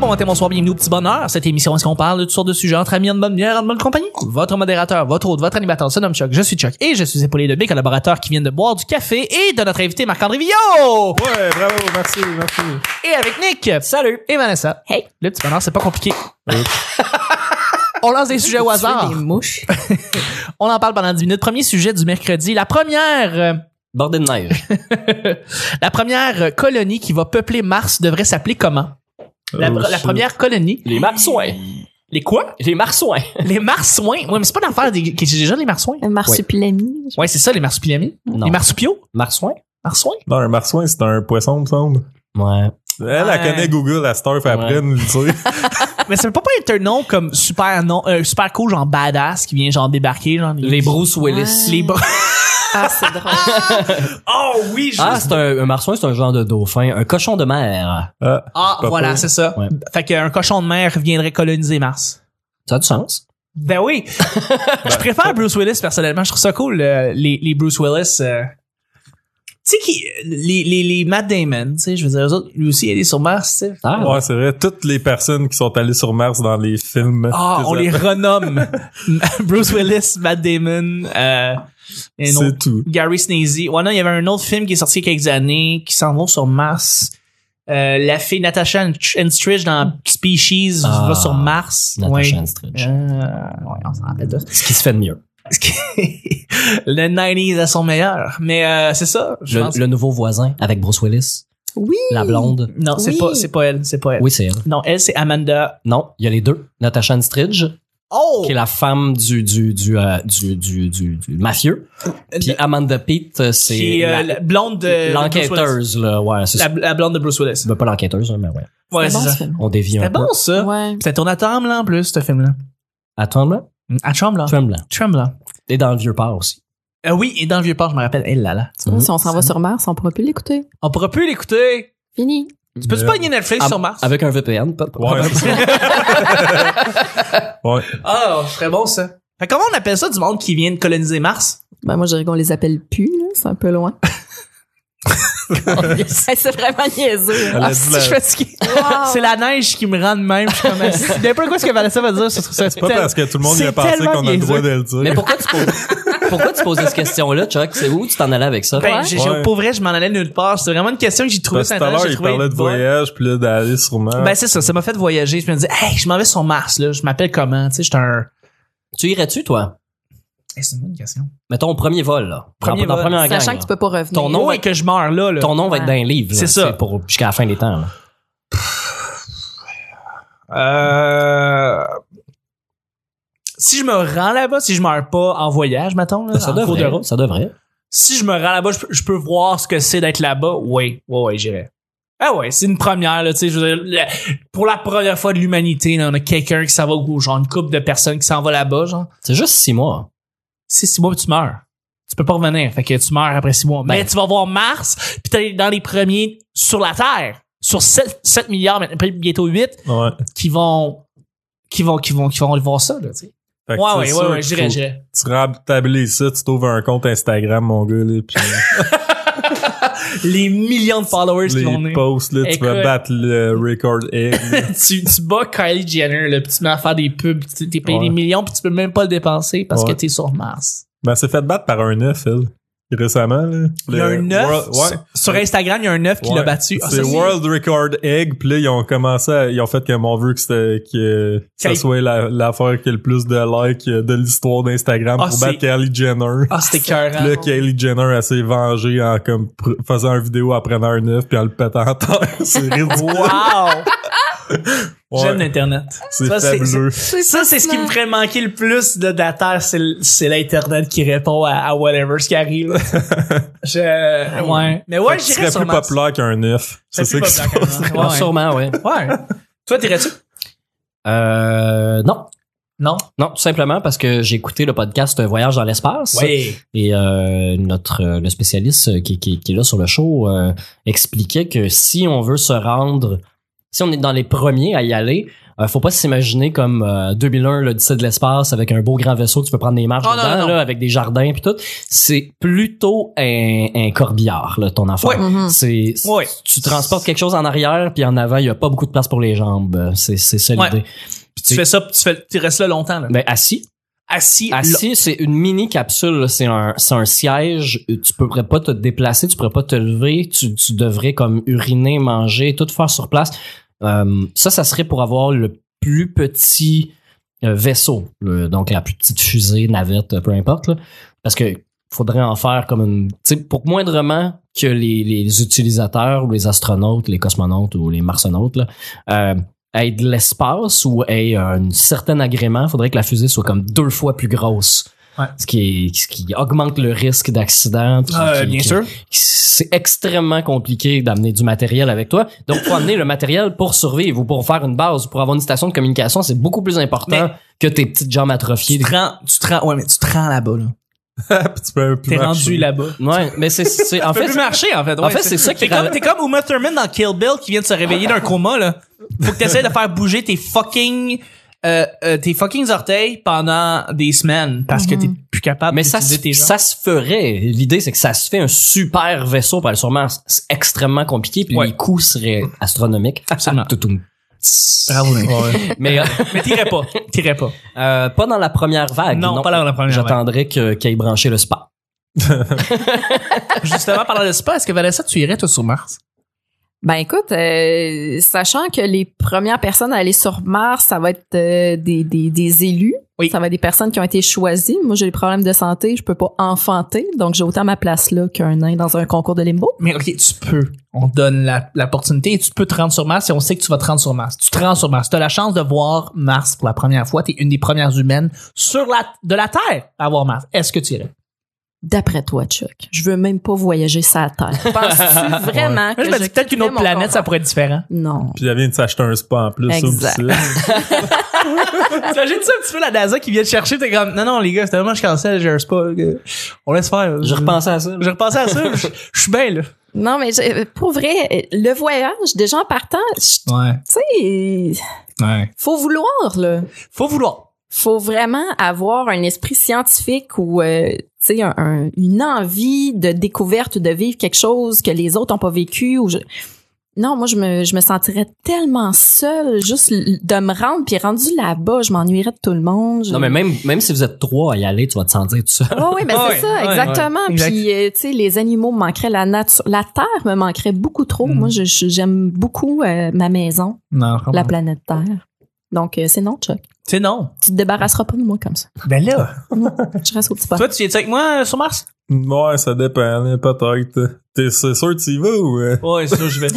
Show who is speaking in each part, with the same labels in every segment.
Speaker 1: commenter bonsoir, bienvenue au petit bonheur. Cette émission, où est-ce qu'on parle de toutes sortes de sujets entre amis, en bonne bière, en bonne compagnie? Votre modérateur, votre hôte, votre animateur se nomme Chuck, je suis Chuck et je suis épaulé de mes collaborateurs qui viennent de boire du café et de notre invité Marc-André Villot!
Speaker 2: Ouais, bravo, merci, merci.
Speaker 1: Et avec Nick! Salut! Et Vanessa.
Speaker 3: Hey.
Speaker 1: Le petit bonheur, c'est pas compliqué. On lance des sujets au hasard.
Speaker 3: Des mouches.
Speaker 1: On en parle pendant 10 minutes. Premier sujet du mercredi. La première, euh,
Speaker 4: Bordée de neige.
Speaker 1: la première colonie qui va peupler Mars devrait s'appeler comment? La,
Speaker 2: Oh,
Speaker 1: la
Speaker 2: shit.
Speaker 1: première colonie.
Speaker 4: Les marsouins.
Speaker 1: Les quoi?
Speaker 4: Les marsouins.
Speaker 1: Les marsouins. Ouais, mais c'est pas l'affaire des, que j'ai déjà les marsouins.
Speaker 3: Un marsupilami.
Speaker 1: Ouais, c'est ça, les marsupilamis.
Speaker 4: Non.
Speaker 1: Les marsupiaux?
Speaker 4: marsouins?
Speaker 1: Marsouins?
Speaker 2: Non, un marsouin, c'est un poisson, me semble.
Speaker 4: Ouais.
Speaker 2: Elle, elle
Speaker 1: Ouais.
Speaker 2: connaît Google, à cette heure, fait après
Speaker 4: Ouais.
Speaker 2: nous le dire.
Speaker 1: mais ça peut pas être un nom comme super nom, euh, super cool, genre badass, qui vient genre débarquer, genre.
Speaker 4: Les Bruce Willis.
Speaker 3: Ouais.
Speaker 1: Les bras.
Speaker 3: Ah, c'est drôle.
Speaker 1: Oh oui, je-
Speaker 4: Ah, c'est un, un marsouin, c'est un genre de dauphin, un cochon de mer.
Speaker 2: Ah,
Speaker 1: Ah,
Speaker 2: Pas
Speaker 1: voilà,
Speaker 2: pire.
Speaker 1: c'est ça.
Speaker 4: Ouais.
Speaker 1: Fait qu'un cochon de mer viendrait coloniser Mars.
Speaker 4: Ça a du sens.
Speaker 1: Ben oui. je préfère Bruce Willis personnellement. Je trouve ça cool, euh, les, les Bruce Willis. euh. Tu sais, qui, les, les, les Matt Damon, tu sais, je veux dire, eux autres, lui aussi, il est sur Mars, tu sais.
Speaker 4: Ah,
Speaker 2: ouais, c'est vrai. Toutes les personnes qui sont allées sur Mars dans les films.
Speaker 1: Ah,
Speaker 2: C'est
Speaker 1: on
Speaker 2: ça.
Speaker 1: les renomme. Bruce Willis, Matt Damon, euh, et non,
Speaker 2: C'est tout.
Speaker 1: Gary Sneezy. Ouais, non, il y avait un autre film qui est sorti il y a quelques années, qui s'en va sur Mars. Euh, la fille Natasha Enstridge dans Species
Speaker 4: Ah.
Speaker 1: va sur Mars.
Speaker 4: Natasha
Speaker 1: ouais.
Speaker 4: Henstridge.
Speaker 1: Euh, ouais, on s'en rappelle de ça.
Speaker 4: Ce qui se fait de mieux.
Speaker 1: Ce qui- le 90s à son meilleur. Mais euh, c'est ça. je pense.
Speaker 4: Le, le nouveau voisin avec Bruce Willis.
Speaker 3: Oui.
Speaker 4: La blonde.
Speaker 1: Non, c'est
Speaker 3: Oui.
Speaker 1: pas, c'est pas elle. C'est pas elle.
Speaker 4: Oui, c'est elle.
Speaker 1: Non, elle, c'est Amanda.
Speaker 4: Non, il y a les deux. Natasha Henstridge,
Speaker 1: Oh!
Speaker 4: qui est la femme du, du, du, euh, du, du, du- du mafieux. Puis Amanda Pete, euh, c'est
Speaker 1: Euh, Qui est euh,
Speaker 4: la-
Speaker 1: la blonde de. de Bruce Willis.
Speaker 4: l'enquêteuse, là. Ouais, c'est
Speaker 1: La, la blonde de Bruce Willis.
Speaker 4: ben, pas l'enquêteuse, hein, mais ouais.
Speaker 1: Ouais,
Speaker 3: Ah
Speaker 1: c'est ça.
Speaker 4: On dévie
Speaker 1: C'était
Speaker 4: un peu.
Speaker 1: bon, ça.
Speaker 3: Ouais.
Speaker 1: C'était tourné à Tremblant, en plus, ce film-là.
Speaker 4: À Tremblant?
Speaker 3: Mm.
Speaker 1: À
Speaker 3: hein.
Speaker 1: Tremblant.
Speaker 4: Tremblant.
Speaker 1: Tremblant.
Speaker 4: Et dans le vieux port aussi.
Speaker 1: Euh, oui, et dans le vieux port, je me rappelle. Eh là là.
Speaker 3: Tu vois, si on s'en va sur Mars, on pourra plus l'écouter.
Speaker 1: On pourra plus l'écouter.
Speaker 3: Fini.
Speaker 1: Tu peux-tu
Speaker 2: Euh,
Speaker 1: pogner Netflix
Speaker 4: Ah,
Speaker 1: sur Mars?
Speaker 4: Avec un VPN, pas-
Speaker 2: Ouais,
Speaker 4: pas-
Speaker 2: c'est ça. ouais.
Speaker 1: Ah, ce serait bon, ça. Fait comment on appelle ça du monde qui vient de coloniser Mars?
Speaker 3: Ben, moi, je dirais qu'on les appelle plus, là. C'est un peu loin. Hey, c'est vraiment niaiseux.
Speaker 2: Elle a
Speaker 1: Ah,
Speaker 2: dit
Speaker 1: si,
Speaker 2: la-
Speaker 1: je suis fatigué.
Speaker 3: Wow.
Speaker 1: C'est la neige qui me rend de même. Je suis comme, assis. Je sais pas quoi ce que Vanessa va dire sur ça. C'est
Speaker 2: Pas parce que tout le monde y
Speaker 1: c'est
Speaker 2: a pensé
Speaker 1: tellement
Speaker 2: qu'on a le droit
Speaker 1: niaiseux.
Speaker 2: de le dire.
Speaker 4: Mais pourquoi tu poses, pourquoi tu poses cette question-là, Chuck? C'est où tu t'en allais avec ça?
Speaker 1: Ben,
Speaker 3: Ouais.
Speaker 1: j'ai- j'ai-
Speaker 2: Ouais.
Speaker 1: pour vrai, je m'en allais nulle part. C'est vraiment une question que j'ai trouvée
Speaker 2: Parce
Speaker 1: sur
Speaker 2: que tout à
Speaker 1: Internet.
Speaker 2: l'heure,
Speaker 1: j'ai
Speaker 2: il
Speaker 1: trouvé
Speaker 2: parlait de
Speaker 1: bonne.
Speaker 2: voyage, puis là, d'aller sur Mars.
Speaker 1: Ben, c'est ça. Ça m'a fait voyager. Je me dis, hey, je m'en vais sur Mars, là. Je m'appelle comment? Tu sais, j'étais un.
Speaker 4: Tu irais-tu, toi?
Speaker 1: Eh, c'est une bonne question.
Speaker 4: Mettons, au premier vol, là.
Speaker 1: Premier
Speaker 4: Dans- dans
Speaker 1: vol.
Speaker 4: première gang,
Speaker 3: Sachant
Speaker 4: là.
Speaker 3: que tu peux pas revenir.
Speaker 4: Ton nom
Speaker 1: Non,
Speaker 4: va
Speaker 1: et que je meurs là, là.
Speaker 4: Ton nom va être dans les livres. là,
Speaker 1: C'est ça.
Speaker 4: tu sais, Pour, jusqu'à la fin des temps, là.
Speaker 1: Euh, Si je me rends là-bas, si je meurs pas en voyage, mettons, là,
Speaker 4: Ça
Speaker 1: en cours de
Speaker 4: devrait.
Speaker 1: route,
Speaker 4: Ça devrait.
Speaker 1: si je me rends là-bas, je, peux- je peux voir ce que c'est d'être là-bas. Oui, oui, oui, j'irai. Ah ouais, c'est une première, là, tu sais, je veux dire, le- pour la première fois de l'humanité, là, on a quelqu'un qui s'en va, ou genre une couple de personnes qui s'en va là-bas, genre.
Speaker 4: C'est juste six mois.
Speaker 1: Si six mois, tu meurs. Tu peux pas revenir, fait que tu meurs après six mois. Mais
Speaker 4: Ben.
Speaker 1: tu vas voir Mars, puis t'es dans les premiers sur la Terre, sur 7, 7 milliards, maintenant, puis bientôt 8,
Speaker 2: Ouais.
Speaker 1: qui vont qui vont qui vont qui vont aller voir ça là, tu sais.
Speaker 2: Fait que
Speaker 1: Ouais
Speaker 2: c'est
Speaker 1: ouais
Speaker 2: sûr
Speaker 1: ouais, ouais
Speaker 2: qu'il
Speaker 1: j'irai
Speaker 2: faut-
Speaker 1: j'irai.
Speaker 2: Tu rentabilises ça, tu t'ouvres un compte Instagram, mon gars, là, puis
Speaker 1: Les millions de followers qui vont
Speaker 2: les
Speaker 1: venir.
Speaker 2: posts, là, tu vas
Speaker 1: Écoute.
Speaker 2: battre le record egg.
Speaker 1: tu, tu bats Kylie Jenner, là, puis tu mets à faire des pubs, tu t'es payé
Speaker 2: Ouais.
Speaker 1: des millions, puis tu peux même pas le dépenser parce
Speaker 2: Ouais.
Speaker 1: que t'es sur Mars.
Speaker 2: ben, c'est fait battre par un œuf, elle. Récemment, là.
Speaker 1: Il y a
Speaker 2: Le
Speaker 1: un 9
Speaker 2: World- ouais.
Speaker 1: sur Instagram, il y a un 9 qui
Speaker 2: Ouais.
Speaker 1: l'a battu. Ah,
Speaker 2: c'est
Speaker 1: ça, c'est-
Speaker 2: World Record Egg, puis là, ils ont commencé à, ils ont fait comme on veut que, c'était- que ça
Speaker 1: Kylie-
Speaker 2: soit la- l'affaire qui a le plus de likes euh, de l'histoire d'Instagram
Speaker 1: Ah,
Speaker 2: pour
Speaker 1: c'est-
Speaker 2: battre Kylie Jenner.
Speaker 1: Ah, c'était
Speaker 2: Puis là,
Speaker 1: cœur.
Speaker 2: Kylie Jenner, elle s'est vengée en comme pr- faisant une vidéo en prenant un œuf puis en le pétant en terre. C'est ridicule.
Speaker 1: Wow!
Speaker 2: Ouais,
Speaker 1: J'aime l'internet. Ça,
Speaker 2: c'est
Speaker 1: c'est-
Speaker 2: fabuleux.
Speaker 1: Ça, c'est ce qui me ferait manquer le plus de, de la Terre, c'est l- c'est l'Internet qui répond à, à whatever ce qui arrive. Je, ouais. Mais ouais,
Speaker 2: Fait que tu
Speaker 1: j'irais
Speaker 2: serais
Speaker 1: sur
Speaker 2: plus
Speaker 1: Mars.
Speaker 2: populaire qu'un œuf. C'est ça
Speaker 1: C'est
Speaker 2: qui
Speaker 1: plus
Speaker 2: se
Speaker 1: populaire quand
Speaker 2: passe.
Speaker 1: même. Ouais.
Speaker 4: Ah, Sûrement, ouais.
Speaker 1: Ouais. Toi, t'irais-tu?
Speaker 4: Euh, non.
Speaker 1: Non.
Speaker 4: Non, tout simplement parce que j'ai écouté le podcast Voyage dans l'espace.
Speaker 1: Oui.
Speaker 4: Et euh, notre euh, le spécialiste euh, qui, qui, qui est là sur le show euh, expliquait que si on veut se rendre, si on est dans les premiers à y aller, Euh, faut pas s'imaginer comme euh, 2001, l'Odyssée de l'espace, avec un beau grand vaisseau que tu peux prendre des marches
Speaker 1: Oh, non,
Speaker 4: dedans,
Speaker 1: non, non.
Speaker 4: là, avec des jardins puis tout. C'est plutôt un, un corbillard, là, ton affaire.
Speaker 1: Ouais.
Speaker 3: Mhm.
Speaker 4: C'est c'est-
Speaker 1: Ouais.
Speaker 4: tu transportes quelque chose en arrière puis en avant il y a pas beaucoup de place pour les jambes. C'est c'est ça
Speaker 1: Ouais.
Speaker 4: l'idée.
Speaker 1: Puis tu fais ça, puis tu, fais, tu restes là longtemps. Là.
Speaker 4: Mais assis,
Speaker 1: Assis. là.
Speaker 4: assis Ah, c'est une mini capsule, là. c'est un c'est un siège, euh, tu pourrais pas te déplacer, tu pourrais pas te lever, tu tu devrais comme uriner, manger, tout faire sur place. Euh, ça ça serait pour avoir le plus petit euh, vaisseau, le- donc la plus petite fusée, navette, peu importe là. parce que faudrait en faire comme une tu sais pour moindrement que les, les utilisateurs ou les astronautes, les cosmonautes ou les marsonautes là, euh, aient de l'espace ou aient un certain agrément, faudrait que la fusée soit comme deux fois plus grosse.
Speaker 1: Ouais.
Speaker 4: Ce, qui est- ce qui augmente le risque d'accident. puis
Speaker 1: Euh,
Speaker 4: qui-
Speaker 1: bien
Speaker 4: qui-
Speaker 1: sûr.
Speaker 4: C'est extrêmement compliqué d'amener du matériel avec toi. Donc, faut amener le matériel pour survivre ou pour faire une base, pour avoir une station de communication, c'est beaucoup plus important que tes petites jambes atrophiées.
Speaker 1: Tu te rends, tu te rends, ouais, mais tu te rends là-bas, là.
Speaker 2: Puis tu peux
Speaker 1: T'es
Speaker 2: plus marcher.
Speaker 1: rendu là-bas.
Speaker 4: Ouais, mais c'est, c'est- en
Speaker 1: Tu peux
Speaker 4: fait,
Speaker 1: plus marcher, en fait.
Speaker 4: en
Speaker 1: ouais,
Speaker 4: fait, c'est ça qui
Speaker 1: T'es comme,
Speaker 4: ra-
Speaker 1: t'es comme Uma Thurman dans Kill Bill qui vient de se réveiller d'un coma, là. Faut que t'essayes de faire bouger tes fucking, euh, euh, tes fucking orteils pendant des semaines parce que t'es plus capable
Speaker 4: Mais ça,
Speaker 1: d'utiliser tes
Speaker 4: se-
Speaker 1: jambes.
Speaker 4: ça se ferait. L'idée, c'est que ça se fait un super vaisseau pour aller sur Mars. C'est extrêmement compliqué, puis
Speaker 1: Ouais.
Speaker 4: les coûts seraient astronomiques.
Speaker 1: Absolument.
Speaker 4: Toutoum.
Speaker 1: Bravo, mec.
Speaker 2: Ouais.
Speaker 4: Mais euh,
Speaker 1: Mais t'irais pas. T'irais pas.
Speaker 4: euh, pas dans la première vague.
Speaker 1: Ah, non, pas dans la première. vague.
Speaker 4: J'attendrai que- qu'il ait branché le spa.
Speaker 1: Justement, parlant de spa, est-ce que Vanessa, tu irais, toi, sur Mars?
Speaker 3: Ben écoute, euh, sachant que les premières personnes à aller sur Mars, ça va être euh, des, des, des élus.
Speaker 1: Oui.
Speaker 3: Ça va être des personnes qui ont été choisies. Moi, j'ai des problèmes de santé, je peux pas enfanter, donc j'ai autant ma place là qu'un nain dans un concours de limbo.
Speaker 1: Mais ok, tu peux. On te donne la- l'opportunité et tu peux te rendre sur Mars et on sait que tu vas te rendre sur Mars. Tu te rends sur Mars. Tu as la chance de voir Mars pour la première fois. Tu es une des premières humaines sur la, de la Terre à voir Mars. Est-ce que tu irais?
Speaker 3: D'après toi, Chuck, je veux même pas voyager sa Terre. Penses-tu vraiment que
Speaker 1: Moi, je me dis peut-être qu'une autre
Speaker 3: quitterais mon
Speaker 1: planète, ça
Speaker 3: confort?
Speaker 1: pourrait être différent.
Speaker 3: Non.
Speaker 2: Puis elle vient de s'acheter un spa en plus. ça
Speaker 3: Exact.
Speaker 2: aussi.
Speaker 1: T'imagines ça un petit peu la NASA qui vient te chercher, t'es comme, non, non, les gars, c'était vraiment, je cancelle, j'ai un spa, euh, on laisse faire.
Speaker 4: Je repensais à ça.
Speaker 1: J'ai repensé à ça, je je suis bien, là.
Speaker 3: Non, mais je- pour vrai, euh, le voyage, déjà en partant, je- tu
Speaker 1: Ouais,
Speaker 3: sais, euh,
Speaker 1: ouais.
Speaker 3: faut vouloir, là.
Speaker 1: Faut vouloir.
Speaker 3: faut vraiment avoir un esprit scientifique ou euh, tu sais un- un- une envie de découverte ou de vivre quelque chose que les autres n'ont pas vécu ou je- non moi je me je me sentirais tellement seule juste l- de me rendre puis rendu là-bas je m'ennuierais de tout le monde Je-
Speaker 4: Non, mais même, même si vous êtes trois à y aller, tu vas te sentir tout seul.
Speaker 3: Ouais, ouais, ben
Speaker 1: Ouais,
Speaker 3: c'est ça,
Speaker 1: ouais,
Speaker 3: exactement.
Speaker 1: ouais. Exact.
Speaker 3: Puis, euh, tu sais, les animaux me manqueraient, la nature, la terre me manquerait beaucoup trop.
Speaker 1: Mm. Oh,
Speaker 3: Moi, je- je- j'aime beaucoup euh, ma maison,
Speaker 1: Non,
Speaker 3: la planète Terre. Donc, euh, c'est non, Chuck.
Speaker 1: Tu sais, non.
Speaker 3: Tu te débarrasseras pas de moi comme ça.
Speaker 1: Ben là.
Speaker 3: Je reste au petit pot.
Speaker 1: Toi, tu viens avec moi euh, sur Mars?
Speaker 2: Ouais, ça dépend, là, peut-être. T'es c'est sûr que tu y vas ou... euh?
Speaker 1: Ouais, c'est ça, je vais.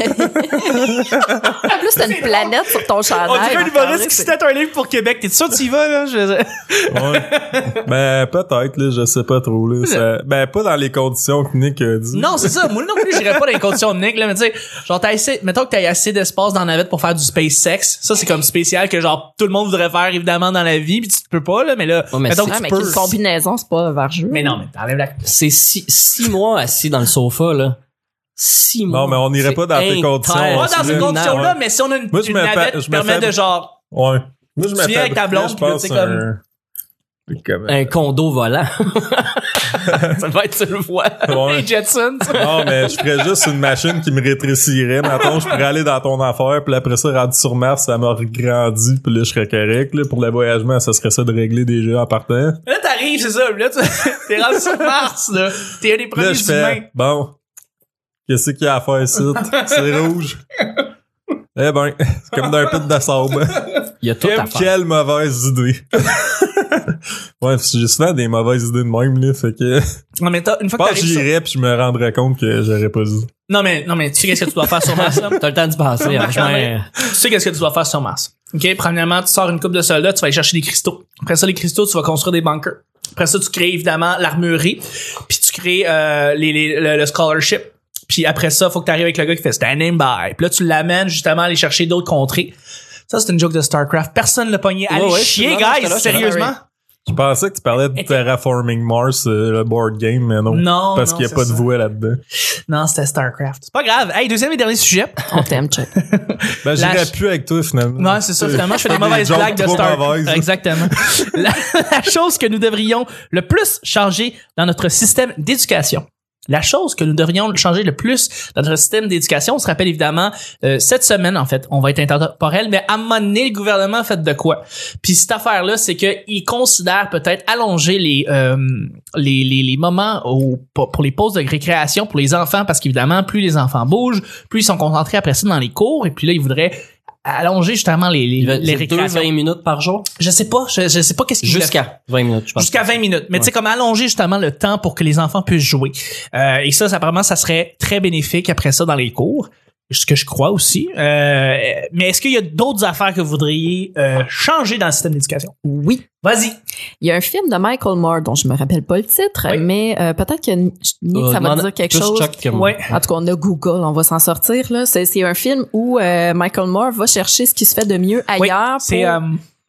Speaker 3: En plus, t'as une planète sur ton chandail.
Speaker 1: On dirait un humoriste qui
Speaker 3: C'est-
Speaker 1: cite un livre pour Québec. T'es sûr que tu y vas, là? Je-
Speaker 2: Ouais. ben, peut-être, là, je sais pas trop, là. ça- ben, pas dans les conditions que Nick a dit.
Speaker 1: Non, c'est ça. Moi non plus, j'irais pas dans les conditions de Nick, là, mais tu sais, genre, t'as assez, mettons que t'as assez d'espace dans la navette pour faire du SpaceX. Ça, c'est comme spécial que genre, tout le monde voudrait faire, évidemment, dans la vie, puis tu peux pas, là, mais là,
Speaker 4: Ouais, mais
Speaker 1: mettons
Speaker 4: c'est-
Speaker 1: que
Speaker 3: Ouais,
Speaker 1: tu
Speaker 3: mais
Speaker 1: peux.
Speaker 3: qu'une combinaison, c'est pas vers jeu.
Speaker 1: Mais non, mais t'enlèves la...
Speaker 4: C'est six, six mois assis dans le sofa, là. Six mois.
Speaker 2: Non, mais on irait pas dans tes
Speaker 4: C'est
Speaker 2: conditions.
Speaker 4: intense.
Speaker 2: on
Speaker 1: Pas
Speaker 2: se
Speaker 1: dans ces
Speaker 2: met-
Speaker 1: conditions-là,
Speaker 2: Ouais.
Speaker 1: mais si on a une,
Speaker 2: Moi, je
Speaker 1: une
Speaker 2: me fa-
Speaker 1: navette qui
Speaker 2: je me
Speaker 1: permet
Speaker 2: fa-
Speaker 1: de genre,
Speaker 2: Ouais. Moi, je
Speaker 1: Tu viens avec ta blonde,
Speaker 2: je
Speaker 1: puis là,
Speaker 2: pense
Speaker 1: t'es comme-
Speaker 2: un- comme-
Speaker 4: Un condo volant. ça va être sur le voie.
Speaker 2: Ouais.
Speaker 1: les Jetsons.
Speaker 2: Non, mais je ferais juste une machine qui me rétrécirait. Maintenant, je pourrais aller dans ton affaire, puis après ça, rendu sur Mars, ça m'a regrandi, puis là, je serais correct. Là, pour le voyagement, ça serait ça de régler des jeux en partant.
Speaker 1: là, t'arrives, c'est ça. Là, tu- t'es rendu sur Mars, là. T'es un des premiers
Speaker 2: Là, je
Speaker 1: humains.
Speaker 2: fais, bon, qu'est-ce qu'il y a à faire ici? C'est rouge. Eh ben, c'est comme d'un pit de sable.
Speaker 4: Il y a tout à faire.
Speaker 2: Quelle mauvaise idée. ouais, parce que j'ai souvent des mauvaises idées de même, là, fait que...
Speaker 1: Non, mais t'as- une
Speaker 2: Je
Speaker 1: fois que
Speaker 2: pense que
Speaker 1: t'arrives sur...
Speaker 2: j'irais, puis je me rendrais compte que j'aurais pas dit.
Speaker 1: Non, mais, non, mais tu sais qu'est-ce que tu dois faire sur Mars, là?
Speaker 4: T'as le temps d'y passer. hein.
Speaker 1: Quand
Speaker 4: Ouais.
Speaker 1: même. tu sais qu'est-ce que tu dois faire sur Mars. OK? Premièrement, tu sors une coupe de soldats, tu vas aller chercher des cristaux. Après ça, les cristaux, tu vas construire des bunkers. Après ça, tu crées évidemment l'armurerie, puis tu crées euh, les, les- le, le scholarship. Puis après ça, faut que tu arrives avec le gars qui fait standing by. Puis là, tu l'amènes justement à aller chercher d'autres contrées. Ça, c'est une joke de StarCraft. Personne l'a pogné. Allez
Speaker 4: Ouais, ouais,
Speaker 1: chier,
Speaker 4: je suis- non, non,
Speaker 1: guys,
Speaker 4: j'étais là, j'étais là.
Speaker 1: sérieusement.
Speaker 2: Je pensais que tu parlais de
Speaker 1: Était-
Speaker 2: Terraforming Mars, euh, le board game, mais non.
Speaker 1: Non,
Speaker 2: parce
Speaker 1: non,
Speaker 2: qu'il n'y a
Speaker 1: c'est
Speaker 2: pas de
Speaker 1: ça.
Speaker 2: voix là-dedans.
Speaker 1: Non, c'était StarCraft. C'est pas grave. Hey, deuxième et dernier sujet.
Speaker 3: On t'aime, Chuck.
Speaker 2: Ben, j'irais
Speaker 1: ch-
Speaker 2: plus avec toi, finalement.
Speaker 1: Non, c'est ça. Finalement, je fais des mauvaises
Speaker 2: jokes
Speaker 1: blagues de
Speaker 2: trop
Speaker 1: Star.
Speaker 2: mauvaises.
Speaker 1: Exactement. La, la chose que nous devrions le plus changer dans notre système d'éducation. La chose que nous devrions changer le plus dans notre système d'éducation, on se rappelle évidemment, euh, cette semaine, en fait, on va être intemporel, mais à un moment donné, le gouvernement a fait de quoi? Puis cette affaire-là, c'est qu'il considère peut-être allonger les, euh, les, les, les moments au- pour pour les pauses de récréation pour les enfants, parce qu'évidemment, plus les enfants bougent, plus ils sont concentrés après ça dans les cours, et puis là, ils voudraient allonger justement les, les,
Speaker 4: Il va-
Speaker 1: les
Speaker 4: c'est deux,
Speaker 1: récréations.
Speaker 4: 20 minutes par jour?
Speaker 1: Je sais pas, je, je sais pas qu'est-ce qu'ils voulaient
Speaker 4: Jusqu'à 20 minutes, je pense. Euh,
Speaker 1: Jusqu'à 20 minutes. Mais tu sais, comme allonger justement le temps pour que les enfants puissent jouer. Euh, et ça, ça, apparemment, ça serait très bénéfique après ça dans les cours. Ce que je crois aussi. Euh, mais est-ce qu'il y a d'autres affaires que vous voudriez euh, changer dans le système d'éducation?
Speaker 3: Oui.
Speaker 1: Vas-y.
Speaker 3: Il y a un film de Michael Moore dont je me rappelle pas le titre,
Speaker 1: Oui.
Speaker 3: mais euh, peut-être que Nick,
Speaker 4: Euh,
Speaker 3: ça va
Speaker 4: demande-
Speaker 3: dire quelque
Speaker 4: tous
Speaker 3: chose.
Speaker 4: Chuck, comme-
Speaker 1: Ouais.
Speaker 3: En tout cas, on a Google, on va s'en sortir. là. C'est c'est un film où euh, Michael Moore va chercher ce qui se fait de mieux
Speaker 1: Oui,
Speaker 3: ailleurs.
Speaker 1: c'est...
Speaker 3: pour-
Speaker 1: Euh,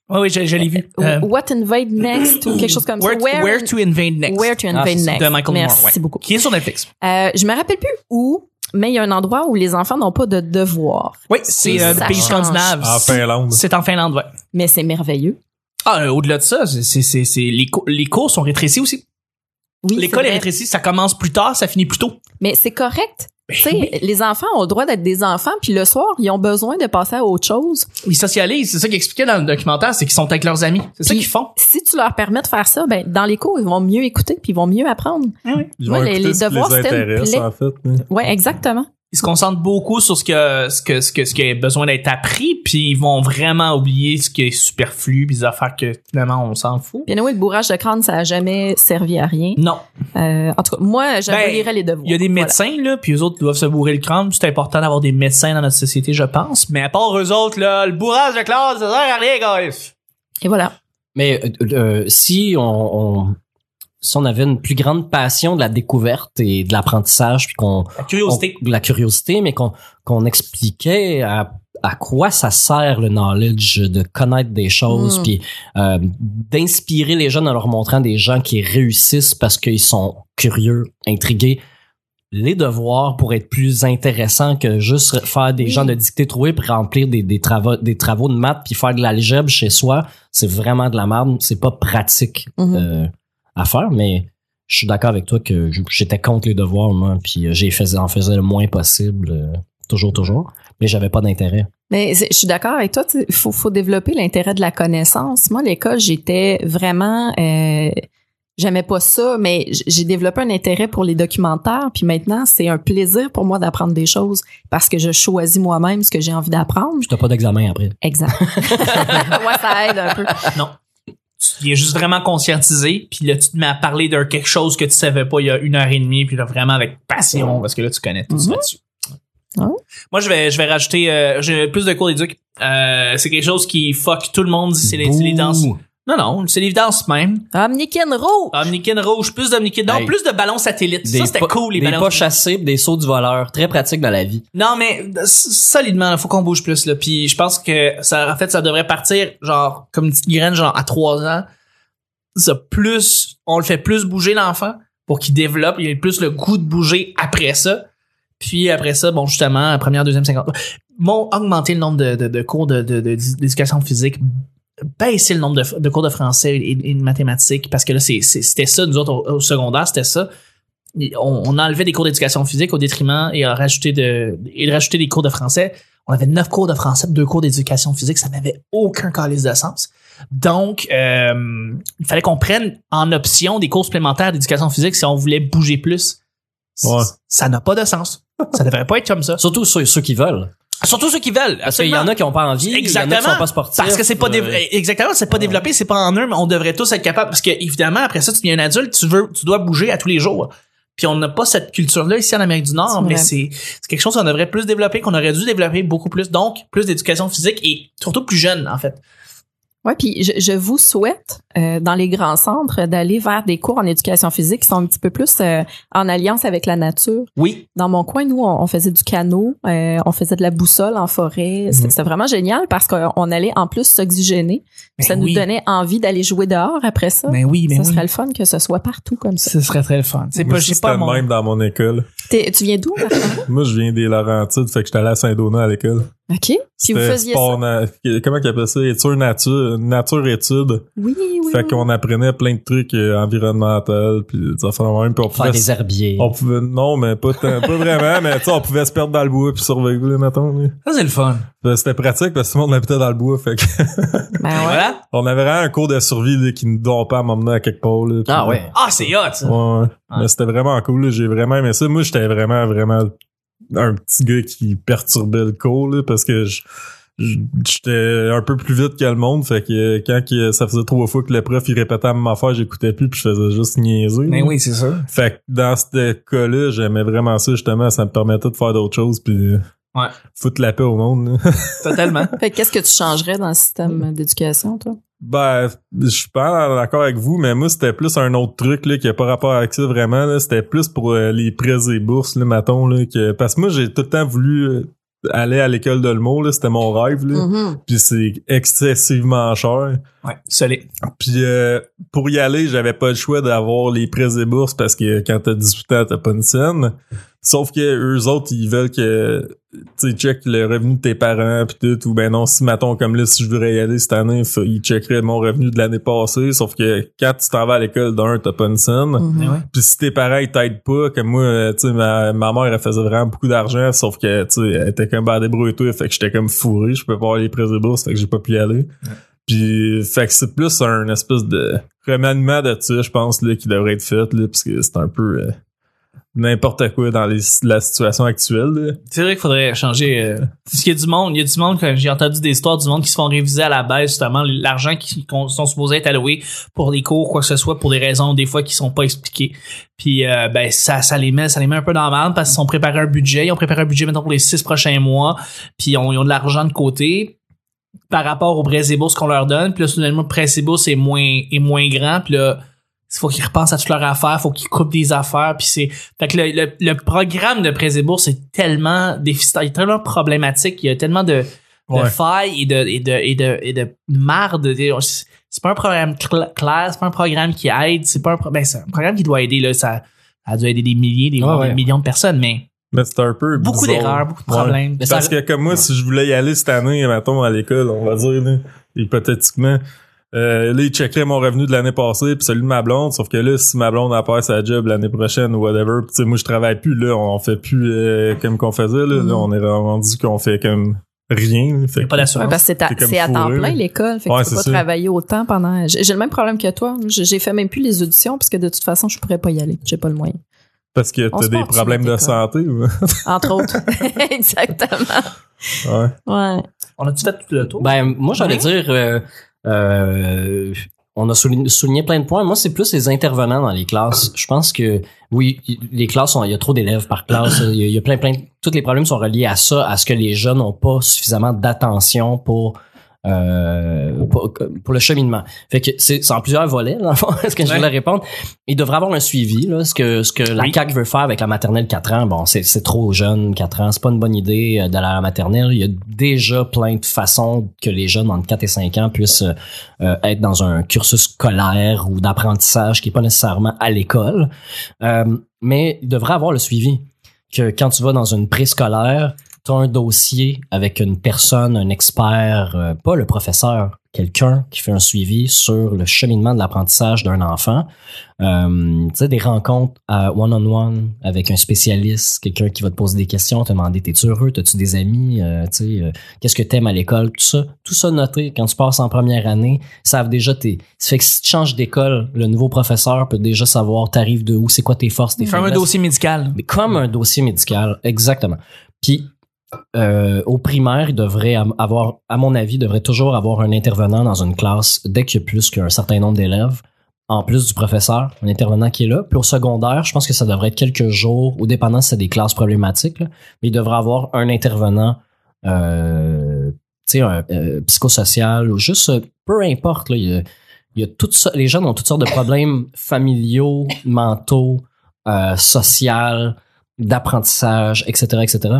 Speaker 1: oui, oui, je, je l'ai vu. Euh,
Speaker 3: What Invade Next ou quelque chose comme
Speaker 1: where,
Speaker 3: ça. Where,
Speaker 1: where to invade next.
Speaker 3: Where to
Speaker 4: Ah,
Speaker 3: Invade
Speaker 4: c'est ça,
Speaker 3: Next.
Speaker 1: de Michael
Speaker 3: Merci
Speaker 1: Moore, ouais.
Speaker 3: beaucoup.
Speaker 1: Qui est sur Netflix.
Speaker 3: Euh, je me rappelle plus où, mais il y a un endroit où les enfants n'ont pas de devoirs.
Speaker 1: Oui, c'est euh,
Speaker 3: Ça
Speaker 1: le pays
Speaker 3: change.
Speaker 1: scandinave.
Speaker 2: En Finlande.
Speaker 1: C'est en Finlande, ouais.
Speaker 3: Mais c'est merveilleux.
Speaker 1: Ah, euh, au-delà de ça, c'est, c'est, c'est, c'est- les, cours, les cours sont rétrécis aussi.
Speaker 3: Oui, c'est
Speaker 1: L'école est
Speaker 3: vrai.
Speaker 1: rétrécie, ça commence plus tard, ça finit plus tôt.
Speaker 3: Mais c'est correct.
Speaker 1: Ben
Speaker 3: Tu sais, euh, Les enfants ont le droit d'être des enfants, puis le soir, ils ont besoin de passer à autre chose.
Speaker 1: Ils socialisent, c'est ça qu'ils expliquaient dans le documentaire, c'est qu'ils sont avec leurs amis. C'est ça
Speaker 3: Puis-
Speaker 1: qu'ils font.
Speaker 3: Si tu leur permets de faire ça, ben, dans les cours, ils vont mieux écouter, puis ils vont mieux apprendre.
Speaker 2: Ils
Speaker 3: Moi,
Speaker 2: vont
Speaker 3: les-
Speaker 2: écouter
Speaker 3: les
Speaker 2: ce qui
Speaker 3: devoirs,
Speaker 2: les
Speaker 3: c'était une
Speaker 2: intéresse,
Speaker 3: plaie.
Speaker 2: en fait. hein.
Speaker 3: Ouais, exactement.
Speaker 1: Ils se concentrent beaucoup sur ce que ce que ce que ce qui a besoin d'être appris, puis ils vont vraiment oublier ce qui est superflu, puis des affaires que finalement on s'en fout.
Speaker 3: Bien oui, le bourrage de crâne, ça a jamais servi à rien.
Speaker 1: Non,
Speaker 3: Euh, en tout cas, moi, j'abolirais les devoirs.
Speaker 1: Ben, il y a des
Speaker 3: Voilà.
Speaker 1: médecins là, puis eux autres doivent se bourrer le crâne. C'est important d'avoir des médecins dans notre société, je pense. Mais à part eux autres là, le bourrage de classe, ça sert à rien, guys.
Speaker 3: Et voilà.
Speaker 4: Mais euh, euh, si on, on- si on avait une plus grande passion de la découverte et de l'apprentissage, puis qu'on
Speaker 1: La curiosité.
Speaker 4: on- de la curiosité, mais qu'on qu'on expliquait à, à quoi ça sert le knowledge, de connaître des choses,
Speaker 3: Mm.
Speaker 4: puis euh, d'inspirer les jeunes en leur montrant des gens qui réussissent parce qu'ils sont curieux, intrigués. Les devoirs pour être plus intéressants que juste faire des
Speaker 3: Oui.
Speaker 4: gens de dictée trouée puis remplir des, des travaux des travaux de maths puis faire de l'algèbre chez soi, c'est vraiment de la merde, c'est pas pratique
Speaker 3: Mhm.
Speaker 4: euh, à faire, mais je suis d'accord avec toi que j- j'étais contre les devoirs, moi, puis euh, j'ai fait, en faisais le moins possible, euh, toujours, toujours, mais j'avais pas d'intérêt.
Speaker 3: Mais c'est- je suis d'accord avec toi. Il faut, faut développer l'intérêt de la connaissance. Moi, à l'école, j'étais vraiment. Euh, J'aimais pas ça, mais j- j'ai développé un intérêt pour les documentaires. Puis maintenant, c'est un plaisir pour moi d'apprendre des choses parce que je choisis moi-même ce que j'ai envie d'apprendre.
Speaker 4: T'as pas d'examen après.
Speaker 3: Exact. ouais, ça aide un peu.
Speaker 1: Non. Tu es juste vraiment conscientisé, puis là, tu te mets à parler de quelque chose que tu savais pas il y a une heure et demie, puis là, vraiment avec
Speaker 4: Mm-hmm.
Speaker 1: passion, parce que là, tu connais tout ça
Speaker 3: Mhm.
Speaker 1: là-dessus.
Speaker 3: Ah.
Speaker 1: Moi, je vais, je vais rajouter euh, j'ai plus de cours d'éduc. Euh, c'est quelque chose qui fuck tout le monde, c'est les, c'est les danses.
Speaker 4: Bouh.
Speaker 1: Non, non, c'est les danses même.
Speaker 3: Omnikin Row!
Speaker 1: Omnikin rouge, plus d'omnikin. Non,
Speaker 4: Hey.
Speaker 1: plus de ballons satellites.
Speaker 4: Des
Speaker 1: ça, c'était
Speaker 4: po-
Speaker 1: cool, les
Speaker 4: Des
Speaker 1: ballons
Speaker 4: pas chassés, puis des sauts du voleur. Très pratique dans la vie.
Speaker 1: Non, mais euh, s- solidement, il faut qu'on bouge plus. Là. Puis je pense que ça, en fait, ça devrait partir genre comme une petite graine, genre à trois ans. Ça plus, on le fait plus bouger l'enfant pour qu'il développe, il ait plus le goût de bouger après ça. Puis après ça, bon, justement, première, deuxième, cinquante. Bon, augmenter le nombre de, de, de cours de, de, de- d'éducation physique, baisser le nombre de, de cours de français et, et de mathématiques, parce que là, c'est, c'est- c'était ça, nous autres, au, au secondaire, c'était ça. Et On, on enlevait des cours d'éducation physique au détriment et, on rajoutait de, et de rajouter des cours de français. On avait neuf cours de français, deux cours d'éducation physique, ça n'avait aucun calice de sens. Donc, euh, il fallait qu'on prenne en option des cours supplémentaires d'éducation physique si on voulait bouger plus. C-
Speaker 2: Ouais.
Speaker 1: Ça n'a pas de sens. Ça devrait pas être comme ça.
Speaker 4: Surtout ceux, ceux qui veulent.
Speaker 1: Surtout ceux qui veulent.
Speaker 4: Parce qu'il y en a qui ont pas envie, il y en a qui
Speaker 1: Exactement.
Speaker 4: sont pas sportifs.
Speaker 1: Parce que c'est pas
Speaker 4: euh,
Speaker 1: dév- exactement, c'est pas
Speaker 4: ouais.
Speaker 1: développé, c'est pas en eux, mais on devrait tous être capables parce que évidemment après ça tu deviens un adulte, tu veux tu dois bouger à tous les jours. Puis on n'a pas cette culture là ici en Amérique du Nord,
Speaker 3: C'est
Speaker 1: mais
Speaker 3: vrai.
Speaker 1: c'est c'est quelque chose qu'on devrait plus développer, qu'on aurait dû développer beaucoup plus donc plus d'éducation physique et surtout plus jeune en fait.
Speaker 3: Oui, puis je, je vous souhaite, euh, dans les grands centres, d'aller vers des cours en éducation physique qui sont un petit peu plus euh, en alliance avec la nature.
Speaker 1: Oui.
Speaker 3: Dans mon coin, nous, on, on faisait du canot, euh, on faisait de la boussole en
Speaker 1: Mhm.
Speaker 3: forêt. C'est- C'était vraiment génial parce qu'on allait en plus s'oxygéner.
Speaker 1: Ben
Speaker 3: ça nous
Speaker 1: oui.
Speaker 3: donnait envie d'aller jouer dehors après ça.
Speaker 1: Mais Ben oui, mais
Speaker 3: ça
Speaker 1: oui.
Speaker 3: serait le fun que ce soit partout comme ça.
Speaker 1: Ce serait très le fun. C'est
Speaker 2: Moi
Speaker 1: pas,
Speaker 2: aussi,
Speaker 1: j'ai
Speaker 2: c'était
Speaker 1: pas
Speaker 2: le
Speaker 1: mon.
Speaker 2: même dans mon école.
Speaker 3: T'es- Tu viens d'où, Martin?
Speaker 2: Moi, je viens des Laurentides, fait que j'étais allé à Saint-Donat à l'école.
Speaker 3: OK. Puis vous
Speaker 2: C'était
Speaker 3: faisiez ça.
Speaker 2: sport na- Comment qu'ils appellent ça? Études nature, nature-études.
Speaker 3: Oui, oui.
Speaker 2: fait
Speaker 3: oui.
Speaker 2: qu'on apprenait plein de trucs euh, environnementaux, puis des affaires de même, puis on
Speaker 4: Faire
Speaker 2: pouvait...
Speaker 4: des herbiers.
Speaker 2: on pouvait- non, mais pas, tant- pas vraiment, mais tu sais, on pouvait se perdre dans le bois puis surveiller, mettons. là.
Speaker 1: Ça, c'est le fun.
Speaker 2: Fait que C'était pratique parce que tout le monde habitait dans le bois, fait que
Speaker 3: Ben ouais.
Speaker 1: Voilà.
Speaker 2: on avait vraiment un cours de survie là, qui nous donnait pas à m'emmener à quelque part. là, puis-
Speaker 4: Ah ouais.
Speaker 1: Ah, c'est hot, ça.
Speaker 2: Ouais, ouais. Mais c'était vraiment cool. là. J'ai vraiment aimé ça. Moi, j'étais vraiment, vraiment un petit gars qui perturbait le cours là, parce que je- je- j'étais un peu plus vite que le monde. Fait que euh, quand que ça faisait trois fois que le prof il répétait la même affaire, j'écoutais plus puis je faisais juste niaiser.
Speaker 1: Mais
Speaker 2: là.
Speaker 1: Ben oui, c'est sûr.
Speaker 2: Fait que dans ce cas-là, j'aimais vraiment ça justement. Ça me permettait de faire d'autres choses puis euh,
Speaker 1: Ouais.
Speaker 2: foutre la paix au monde. là.
Speaker 1: Totalement.
Speaker 3: Fait que qu'est-ce que tu changerais dans le système d'éducation, toi?
Speaker 2: Ben, je suis pas d'accord avec vous, mais moi, c'était plus un autre truc là, qui a pas rapport avec ça vraiment. là. C'était plus pour euh, les prêts et bourses, le maton. Là, que... Parce que moi, j'ai tout le temps voulu euh, aller à l'école de l'humour. là. C'était mon rêve. Là.
Speaker 1: Ben,
Speaker 3: Mhm.
Speaker 2: Puis c'est excessivement cher.
Speaker 1: Ouais, solide.
Speaker 2: Puis euh, pour y aller, j'avais pas le choix d'avoir les prêts et bourses parce que quand t'as 18 ans, t'as pas une scène. Sauf que eux autres, ils veulent que tu sais, check le revenu de tes parents puis tout, ou ben non, si mettons comme là, si je voudrais y aller cette année, fa- ils checkeraient mon revenu de l'année passée. Sauf que quand tu t'en vas à l'école d'un, t'as pas une scène.
Speaker 3: Mhm.
Speaker 1: Mais ouais.
Speaker 2: Puis si tes parents ils t'aident pas, comme moi, euh, tu sais, ma, ma mère elle faisait vraiment beaucoup d'argent, sauf que tu sais, elle était comme bah débrouille toi, fait que j'étais comme fourré, je peux pas avoir les prêts de bourse, fait que j'ai pas pu y aller. Puis fait que c'est plus un espèce de remaniement de ça, je pense là, qui devrait être fait là, parce que c'est un peu euh, n'importe quoi dans les- la situation actuelle. là.
Speaker 1: C'est vrai qu'il faudrait changer. euh, parce qu'il y a du monde, il y a du monde, quand j'ai entendu des histoires du monde qui se font réviser à la baisse, justement, l'argent qui qu'on- sont supposés être alloués pour des cours, quoi que ce soit, pour des raisons, des fois, qui sont pas expliquées. Puis, euh, ben, ça, ça les met, ça les met un peu dans la merde parce qu'ils ont préparé un budget. Ils ont préparé un budget, maintenant pour les six prochains mois. Puis, ils ont, ils ont de l'argent de côté par rapport aux prêts et bourses qu'on leur donne. Puis là, soudainement, le prêt et bourse est moins, est moins grand. Puis là, il faut qu'ils repensent à toutes leurs affaires, faut qu'ils coupent des affaires, puis c'est fait que le, le, le programme de prêts et bourses est tellement déficitaire, il est tellement problématique, il y a tellement de, de
Speaker 2: Ouais.
Speaker 1: failles et de et de et de et de marde. C'est c'est pas un programme cl- clair, c'est pas un programme qui aide, c'est pas un pro- ben, c'est un programme qui doit aider là, ça a dû aider des milliers, des,
Speaker 4: Ouais,
Speaker 1: voire des
Speaker 4: ouais.
Speaker 1: millions de personnes, mais
Speaker 2: Mais c'est un peu
Speaker 1: beaucoup
Speaker 2: bizarre.
Speaker 1: d'erreurs, beaucoup de
Speaker 2: Ouais.
Speaker 1: problèmes.
Speaker 4: Mais ça-
Speaker 2: Parce que comme moi, si je voulais y aller cette année, mettons, à l'école, on va dire, là, hypothétiquement, euh, là, ils checkeraient mon revenu de l'année passée puis celui de ma blonde, sauf que là, si ma blonde a pas sa job l'année prochaine ou whatever, pis tu sais, moi, je travaille plus, là, on fait plus euh, comme qu'on faisait, là,
Speaker 3: Mhm.
Speaker 2: là, on est rendu qu'on fait comme rien, là, fait
Speaker 1: Il y a pas
Speaker 2: que-
Speaker 1: d'assurance.
Speaker 3: Ouais, parce que c'est à,
Speaker 2: T'es comme
Speaker 3: c'est à temps
Speaker 2: fourré,
Speaker 3: plein
Speaker 2: là.
Speaker 3: l'école. Fait que
Speaker 2: Ouais,
Speaker 3: tu peux
Speaker 2: c'est
Speaker 3: pas
Speaker 2: ça.
Speaker 3: travailler autant pendant. J'ai j'ai le même problème que toi. J'ai j'ai fait même plus les auditions parce que de toute façon, je pourrais pas y aller. J'ai pas le moyen.
Speaker 2: parce que
Speaker 3: On
Speaker 2: t'as
Speaker 3: se
Speaker 2: des
Speaker 3: porte
Speaker 2: problèmes
Speaker 3: sur
Speaker 2: de
Speaker 3: notre
Speaker 2: santé, ou-
Speaker 3: Entre autres. Exactement.
Speaker 2: ouais.
Speaker 3: Ouais.
Speaker 1: On a tout fait tout le tour.
Speaker 4: Ben, moi, j'allais dire, euh, euh, on a souligné, souligné plein de points. Moi, c'est plus les intervenants dans les classes. Je pense que, oui, y- les classes, ont- il y a trop d'élèves par classe. Il y, a- il y a plein, plein, tous les problèmes sont reliés à ça, à ce que les jeunes n'ont pas suffisamment d'attention pour, euh, pour, pour le cheminement. Fait que c'est c'est en plusieurs volets, dans le fond, ce que je voulais répondre. Il devrait avoir un suivi, là, ce que, ce que la
Speaker 1: Oui.
Speaker 4: CAQ veut faire avec la maternelle 4 ans. Bon, c'est c'est trop jeune, 4 ans. C'est pas une bonne idée euh, d'aller à la maternelle. Il y a déjà plein de façons que les jeunes entre 4 et 5 ans puissent euh, euh, être dans un cursus scolaire ou d'apprentissage qui est pas nécessairement à l'école. Euh, mais il devrait avoir le suivi. Que quand tu vas dans une préscolaire, tu as un dossier avec une personne, un expert, euh, pas le professeur, quelqu'un qui fait un suivi sur le cheminement de l'apprentissage d'un enfant. Euh, tu sais, des rencontres à one-on-one avec un spécialiste, quelqu'un qui va te poser des questions, te demander t'es-tu heureux, t'as-tu des amis, Euh, tu sais, euh, qu'est-ce que t'aimes à l'école, tout ça. Tout ça noté quand tu passes en première année, ils savent déjà tes. Ça fait que si tu changes d'école, le nouveau professeur peut déjà savoir t'arrives de où, c'est quoi tes forces, tes
Speaker 1: Faire un
Speaker 4: faiblesses.
Speaker 1: dossier médical.
Speaker 4: Mais comme un dossier médical, exactement. Puis, euh, au primaire, il devrait am- avoir, à mon avis, il devrait toujours avoir un intervenant dans une classe dès qu'il y a plus qu'un certain nombre d'élèves, en plus du professeur, un intervenant qui est là. Puis au secondaire, je pense que ça devrait être quelques jours, ou dépendant si c'est des classes problématiques, là, mais il devrait avoir un intervenant euh, sais, un, euh, psychosocial ou juste euh, peu importe. Là, il y a, il y a toutes so- les jeunes ont toutes sortes de problèmes familiaux, mentaux, euh, social, d'apprentissage, etc., etc.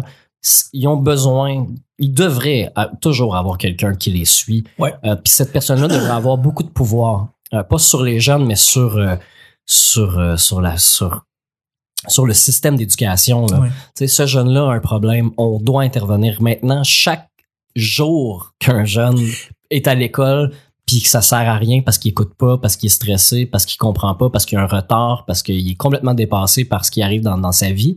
Speaker 4: S- Ils ont besoin, ils devraient euh, toujours avoir quelqu'un qui les suit.
Speaker 1: Ouais.
Speaker 4: Euh, Puis cette personne-là devrait avoir beaucoup de pouvoir, Euh, pas sur les jeunes, mais sur euh, sur euh, sur la sur sur le système d'éducation. là.
Speaker 1: Ouais.
Speaker 4: Tu sais, ce jeune-là a un problème, on doit intervenir maintenant. Chaque jour qu'un jeune est à l'école, puis que ça sert à rien parce qu'il écoute pas, parce qu'il est stressé, parce qu'il comprend pas, parce qu'il a un retard, parce qu'il est complètement dépassé par ce qui arrive dans, dans sa vie,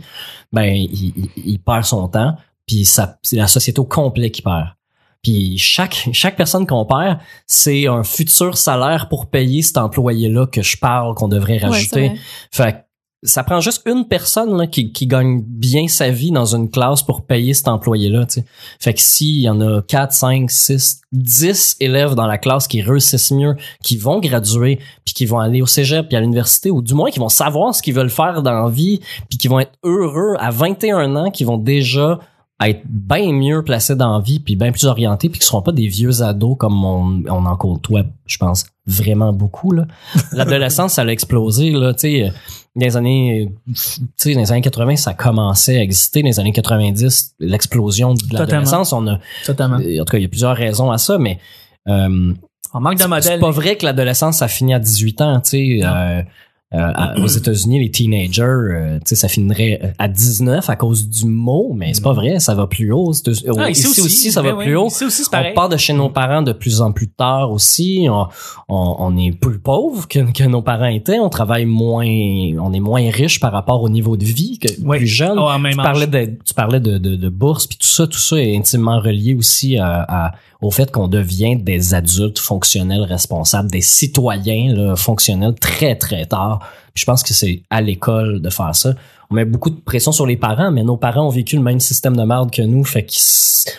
Speaker 4: ben il, il- il perd son temps, puis ça- c'est la société au complet qui perd. Puis chaque chaque personne qu'on perd, c'est un futur salaire pour payer cet employé-là que je parle qu'on devrait rajouter. Fait que ça prend juste une personne là, qui, qui gagne bien sa vie dans une classe pour payer cet employé-là. tu sais. Fait que s'il y en a 4, 5, 6, 10 élèves dans la classe qui réussissent mieux, qui vont graduer, puis qui vont aller au cégep, puis à l'université, ou du moins qui vont savoir ce qu'ils veulent faire dans la vie, puis qui vont être heureux à 21 ans, qui vont déjà être bien mieux placés dans la vie, puis bien plus orientés, puis qui seront pas des vieux ados comme on, on en côtoie, je pense, vraiment beaucoup. là. L'adolescence, ça a explosé. Là, tu sais dans les années tu sais, dans les années 80 ça commençait à exister dans les années 90 l'explosion de l'adolescence on a
Speaker 1: Totalement.
Speaker 4: en tout cas il y a plusieurs raisons à ça mais euh,
Speaker 1: On manque de
Speaker 4: c'est
Speaker 1: modèle.
Speaker 4: pas vrai que l'adolescence ça finit à 18 ans tu sais euh, euh, à- aux États-Unis, les teenagers, euh, tu sais, ça finirait à 19 à cause du mot, mais c'est pas vrai, ça va plus haut. aux États-
Speaker 1: Mm. Ah,
Speaker 4: ici, aussi, ça va
Speaker 1: ben oui,
Speaker 4: plus haut.
Speaker 1: Ici aussi, c'est
Speaker 4: On
Speaker 1: pareil.
Speaker 4: part de chez nos parents de plus en plus tard aussi. On, on- on est plus pauvre que, que nos parents étaient. On travaille moins, on est moins riche par rapport au niveau de vie que
Speaker 1: Ouais.
Speaker 4: plus jeune.
Speaker 1: Oh, en même
Speaker 4: Tu
Speaker 1: âge.
Speaker 4: parlais, de, tu parlais de, de, de bourse, puis tout ça, tout ça est intimement relié aussi à- à- au fait qu'on devient des adultes fonctionnels responsables, des citoyens là, fonctionnels très, très tard. Puis je pense que c'est à l'école de faire ça. On met beaucoup de pression sur les parents, mais nos parents ont vécu le même système de merde que nous, fait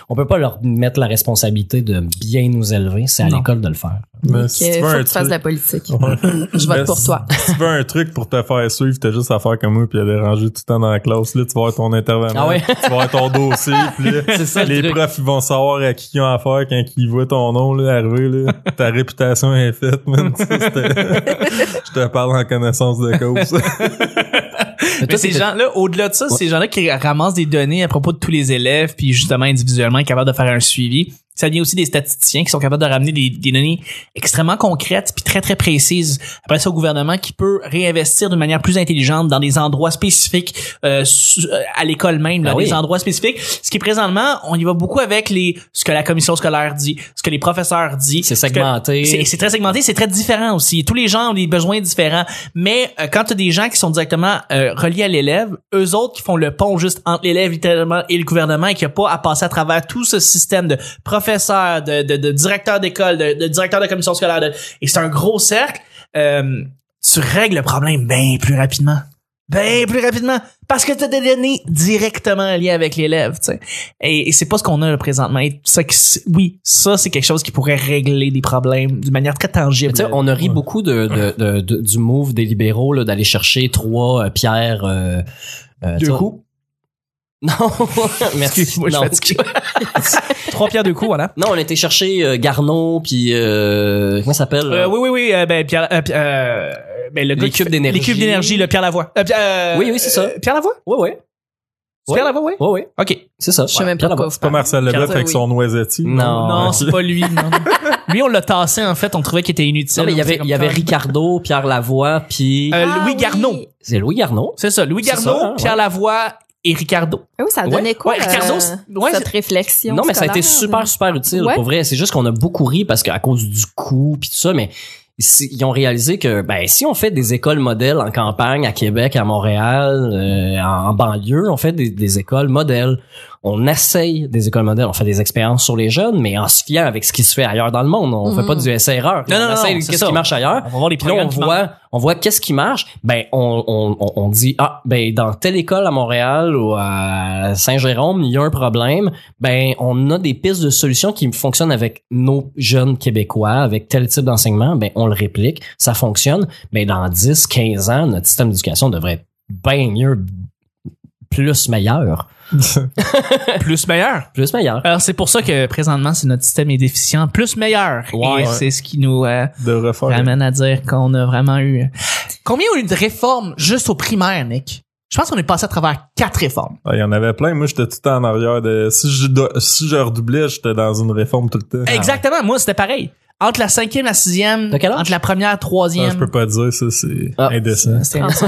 Speaker 4: qu'on peut pas leur mettre la responsabilité de bien nous élever, c'est à
Speaker 1: Non.
Speaker 4: l'école de le faire.
Speaker 2: Mais
Speaker 3: Fait que euh, faut que tu fasses de la politique. Je vote
Speaker 2: Mais
Speaker 3: pour toi.
Speaker 2: si tu veux un truc pour te faire suivre, t'as juste à faire comme moi puis à déranger tout le temps dans la classe. Là, tu vas avoir ton intervenant,
Speaker 4: Ah ouais?
Speaker 2: tu vas avoir ton dossier. Puis là,
Speaker 4: C'est ça, le
Speaker 2: les
Speaker 4: truc.
Speaker 2: profs, ils vont savoir à qui ils ont affaire quand ils voient ton nom là, arriver. Là. Ta réputation est faite, man. Ça, c'était- Je te parle en connaissance de cause.
Speaker 4: Mais
Speaker 1: Mais
Speaker 4: toi,
Speaker 1: ces
Speaker 4: t'étais-
Speaker 1: gens-là, au-delà de ça,
Speaker 4: Ouais.
Speaker 1: ces gens-là qui ramassent des données à propos de tous les élèves, puis justement individuellement ils sont capables de faire un suivi. Ça vient aussi des statisticiens qui sont capables de ramener des, des données extrêmement concrètes puis très très précises. Après ça, au gouvernement qui peut réinvestir d'une manière plus intelligente dans des endroits spécifiques euh, su- euh, à l'école même, dans
Speaker 4: Ah oui.
Speaker 1: des endroits spécifiques. Ce qui présentement, on y va beaucoup avec les ce que la commission scolaire dit, ce que les professeurs disent.
Speaker 4: C'est
Speaker 1: ce que-
Speaker 4: segmenté.
Speaker 1: c'est- c'est très segmenté, c'est très différent aussi. Tous les gens ont des besoins différents. Mais euh, quand tu as des gens qui sont directement euh, reliés à l'élève, eux autres qui font le pont juste entre l'élève littéralement et le gouvernement et qui a pas à passer à travers tout ce système de professeurs, de, de, de directeurs d'école, de, de directeurs de commission scolaire. de- et c'est un gros cercle. euh, tu règles le problème bien plus rapidement. Bien plus rapidement. Parce que tu as des données directement liées avec l'élève. tu sais. Et, et c'est pas ce qu'on a là, présentement. Et ça, qui- c'est- oui, ça, c'est quelque chose qui pourrait régler des problèmes d'une manière très tangible.
Speaker 4: Mais tu sais, on a ri
Speaker 1: Ouais.
Speaker 4: beaucoup de, de- de- de- du move des libéraux là, d'aller chercher trois euh, pierres. euh, euh, tu
Speaker 1: deux
Speaker 4: vois-
Speaker 1: coups.
Speaker 4: Non, merci.
Speaker 1: Excuse-moi, je
Speaker 4: non.
Speaker 1: suis fatigué. Trois pierres, deux coups, voilà.
Speaker 4: Non, on était chercher euh, Garneau, puis euh, comment ça s'appelle?
Speaker 1: Euh,
Speaker 4: là?
Speaker 1: oui, oui, oui. euh, ben, Pierre, euh, Pierre, euh, ben, le gars
Speaker 4: Les
Speaker 1: qui
Speaker 4: cubes
Speaker 1: fait-
Speaker 4: d'énergie.
Speaker 1: Les cubes d'énergie, le Pierre Lavoie. Euh, Pierre, euh,
Speaker 4: Oui, oui, c'est ça.
Speaker 1: euh, Pierre Lavoie?
Speaker 4: Ouais, ouais.
Speaker 1: C'est
Speaker 4: Ouais.
Speaker 1: Pierre Lavoie, oui?
Speaker 4: Ouais, ouais.
Speaker 1: OK.
Speaker 4: C'est ça.
Speaker 3: Je sais même pas de
Speaker 4: Pierre
Speaker 3: quoi
Speaker 4: Lapointe.
Speaker 3: vous
Speaker 2: pas
Speaker 3: parlez.
Speaker 2: Marcel Lebret
Speaker 3: Carter,
Speaker 2: avec
Speaker 3: oui.
Speaker 2: son noisetti.
Speaker 4: Non.
Speaker 1: non,
Speaker 2: ouais.
Speaker 1: c'est pas lui. non. lui, on l'a tassé, en fait. On trouvait qu'il était inutile.
Speaker 4: Non, mais il y
Speaker 1: On
Speaker 4: avait,
Speaker 1: faisait comme
Speaker 4: il y avait
Speaker 1: ça.
Speaker 4: Ricardo, Pierre Lavoie, puis...
Speaker 1: Euh,
Speaker 3: Ah
Speaker 1: Louis
Speaker 3: oui.
Speaker 1: Garneau.
Speaker 4: C'est Louis Garneau.
Speaker 1: C'est ça. Louis
Speaker 4: C'est
Speaker 1: Garneau,
Speaker 4: ça, hein,
Speaker 1: Pierre
Speaker 4: ouais.
Speaker 1: Lavoie et Ricardo.
Speaker 3: Ah oui, ça
Speaker 4: Ouais.
Speaker 3: donnait quoi?
Speaker 1: Ouais, Ricardo,
Speaker 3: euh,
Speaker 1: c'est- ouais,
Speaker 3: cette réflexion.
Speaker 4: Non, mais ça a été
Speaker 3: scolaire?
Speaker 4: super, super utile,
Speaker 3: Ouais.
Speaker 4: pour vrai. C'est juste qu'on a beaucoup ri parce qu'à cause du coût, puis tout ça, mais si- ils ont réalisé que ben si on fait des écoles modèles en campagne à Québec à Montréal euh, en, en banlieue on fait des, des écoles modèles on essaye des écoles modèles on fait des expériences sur les jeunes mais en se fiant avec ce qui se fait ailleurs dans le monde on
Speaker 3: Mhm.
Speaker 4: fait pas du essai erreur
Speaker 1: Non, non,
Speaker 4: on
Speaker 1: non,
Speaker 4: essaye
Speaker 1: c'est
Speaker 4: qu'est-ce
Speaker 1: ça.
Speaker 4: qui marche ailleurs
Speaker 1: Ah, On va voir les
Speaker 4: puis là, on
Speaker 1: programmes qui manquent.
Speaker 4: voit, on voit qu'est-ce qui marche. Ben, on, on, on- on dit, ah, ben, dans telle école à Montréal ou à Saint-Jérôme, il y a un problème. Ben, on a des pistes de solutions qui fonctionnent avec nos jeunes Québécois, avec tel type d'enseignement. Ben, on le réplique. Ça Ben, fonctionne. Mais dans 10, 15 ans, notre système d'éducation devrait être bien mieux, plus meilleur.
Speaker 1: Plus meilleur.
Speaker 4: Plus meilleur.
Speaker 1: Alors, c'est pour ça que présentement, c'est notre système est déficient. Plus meilleur.
Speaker 2: Ouais.
Speaker 1: Et c'est ce qui nous euh,
Speaker 2: de refaire.
Speaker 1: ramène à dire qu'on a vraiment eu. euh, Combien ont eu de réformes juste au primaire, Nick? Je pense qu'on est passé à travers quatre réformes.
Speaker 2: Ah, Il y en avait plein. Moi, j'étais tout le temps en arrière de. Si je, do- si je redoublais, j'étais dans une réforme tout le temps.
Speaker 1: Exactement. Moi, c'était pareil. Entre la cinquième et la sixième.
Speaker 4: T'as quel âge?
Speaker 1: Entre la première et la
Speaker 2: Ça, je
Speaker 1: troisième.
Speaker 2: peux pas dire ça, c'est
Speaker 4: Ah.
Speaker 2: indécent.
Speaker 1: C'était indécent.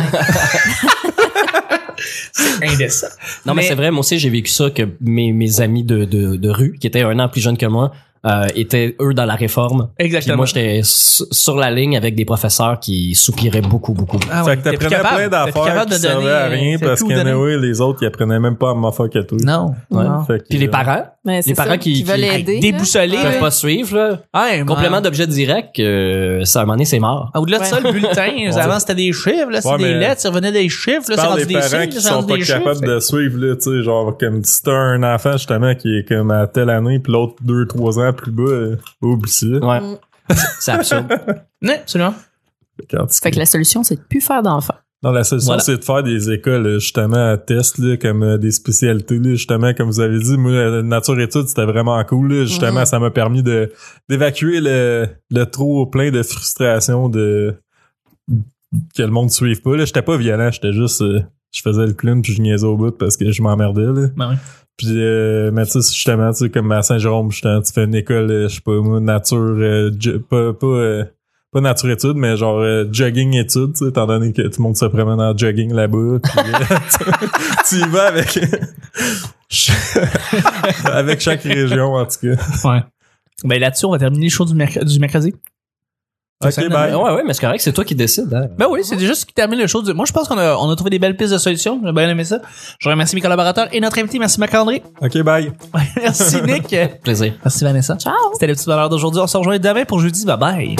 Speaker 1: C'est indécent.
Speaker 4: Non, mais,
Speaker 1: Mais-
Speaker 4: c'est vrai, moi aussi, j'ai vécu ça, que mes, mes amis de, de, de rue, qui étaient un an plus jeunes que moi, euh, étaient, eux, dans la réforme. Puis
Speaker 1: Exactement.
Speaker 4: moi, j'étais su- sur la ligne avec des professeurs qui soupiraient beaucoup, beaucoup. beaucoup.
Speaker 1: Ah
Speaker 2: fait
Speaker 1: ouais,
Speaker 2: que
Speaker 1: t'es plus
Speaker 2: t'apprenais
Speaker 1: capable.
Speaker 2: plein
Speaker 1: T'es plus
Speaker 2: d'affaires
Speaker 1: capable
Speaker 2: qui
Speaker 1: de
Speaker 2: servaient
Speaker 1: donner- euh,
Speaker 2: à rien
Speaker 1: t'es
Speaker 2: parce
Speaker 1: plus
Speaker 2: qu'anyway, les autres, ils apprenaient même pas à m'en faire que toi.
Speaker 1: Non.
Speaker 4: Ouais.
Speaker 1: non.
Speaker 2: Fait que,
Speaker 4: Puis les
Speaker 2: euh,
Speaker 4: parents
Speaker 3: Mais c'est
Speaker 4: parents
Speaker 3: ça,
Speaker 4: qui-
Speaker 3: veulent
Speaker 4: qui-
Speaker 3: aider.
Speaker 1: déboussolés,
Speaker 3: là.
Speaker 1: là.
Speaker 4: peuvent pas suivre, là.
Speaker 1: Ouais, ouais.
Speaker 4: Complément d'objet direct, euh, ça a mené, c'est mort.
Speaker 1: Ah, Au-delà de
Speaker 3: Ouais.
Speaker 1: ça, le bulletin, avant c'était des chiffres, là, c'était
Speaker 2: Ouais,
Speaker 1: des
Speaker 2: mais-
Speaker 1: lettres, ça revenait des chiffres, là,
Speaker 2: Je
Speaker 1: c'est
Speaker 2: parle
Speaker 1: rendu
Speaker 2: des
Speaker 1: des
Speaker 2: parents
Speaker 1: signes,
Speaker 2: qui
Speaker 1: c'est
Speaker 2: sont
Speaker 1: rendu
Speaker 2: pas
Speaker 1: des chiffres.
Speaker 2: capables de suivre, là, tu sais, genre, comme si t'as un enfant, justement, qui est comme à telle année, puis l'autre deux, trois ans plus bas, euh, oublie ça.
Speaker 4: Ouais.
Speaker 3: Mm.
Speaker 4: C'est absurde.
Speaker 1: Ouais, absolument.
Speaker 2: Quand tu-
Speaker 3: Fait que la solution, c'est de plus faire d'enfants.
Speaker 2: Non, la solution,
Speaker 4: Voilà.
Speaker 2: c'est de faire des écoles, euh, justement, à test, là, comme euh, des spécialités, là, justement, comme vous avez dit. Moi, la nature-études, c'était vraiment cool, là, justement.
Speaker 3: Mhm.
Speaker 2: Ça m'a permis de d'évacuer le, le trop plein de frustration de que le monde suive pas. là. J'étais pas violent, j'étais juste... euh, je faisais le clown puis je niaisais au bout parce que je m'emmerdais, là.
Speaker 1: Ben oui.
Speaker 2: Puis, euh, mais tu sais, justement, tu sais, comme à Saint-Jérôme, justement, tu fais une école, euh, je sais pas, moi, nature... euh, ju- pas... pas euh, pas nature étude mais genre euh, jogging étude tu sais, étant donné que tout le monde se promène en jogging là-bas puis, euh, tu- tu y vas avec avec chaque région en tout cas
Speaker 1: Ouais. Ben là-dessus, on va terminer le show du, merc- du mercredi. Ça,
Speaker 2: ok bye
Speaker 4: ouais, ouais, mais c'est correct, c'est toi qui décides. hein.
Speaker 1: Ben oui, c'est déjà ce qui termine le show du. Moi, je pense qu'on a, on a trouvé des belles pistes de solutions. J'ai bien aimé ça. Je remercie mes collaborateurs et notre invité. Merci, Marc-André.
Speaker 2: ok bye
Speaker 1: Merci, Nick.
Speaker 4: Plaisir.
Speaker 1: Merci, Vanessa.
Speaker 3: Ciao!
Speaker 1: C'était le petit valeur d'aujourd'hui. On se rejoint demain pour jeudi. Bye bye.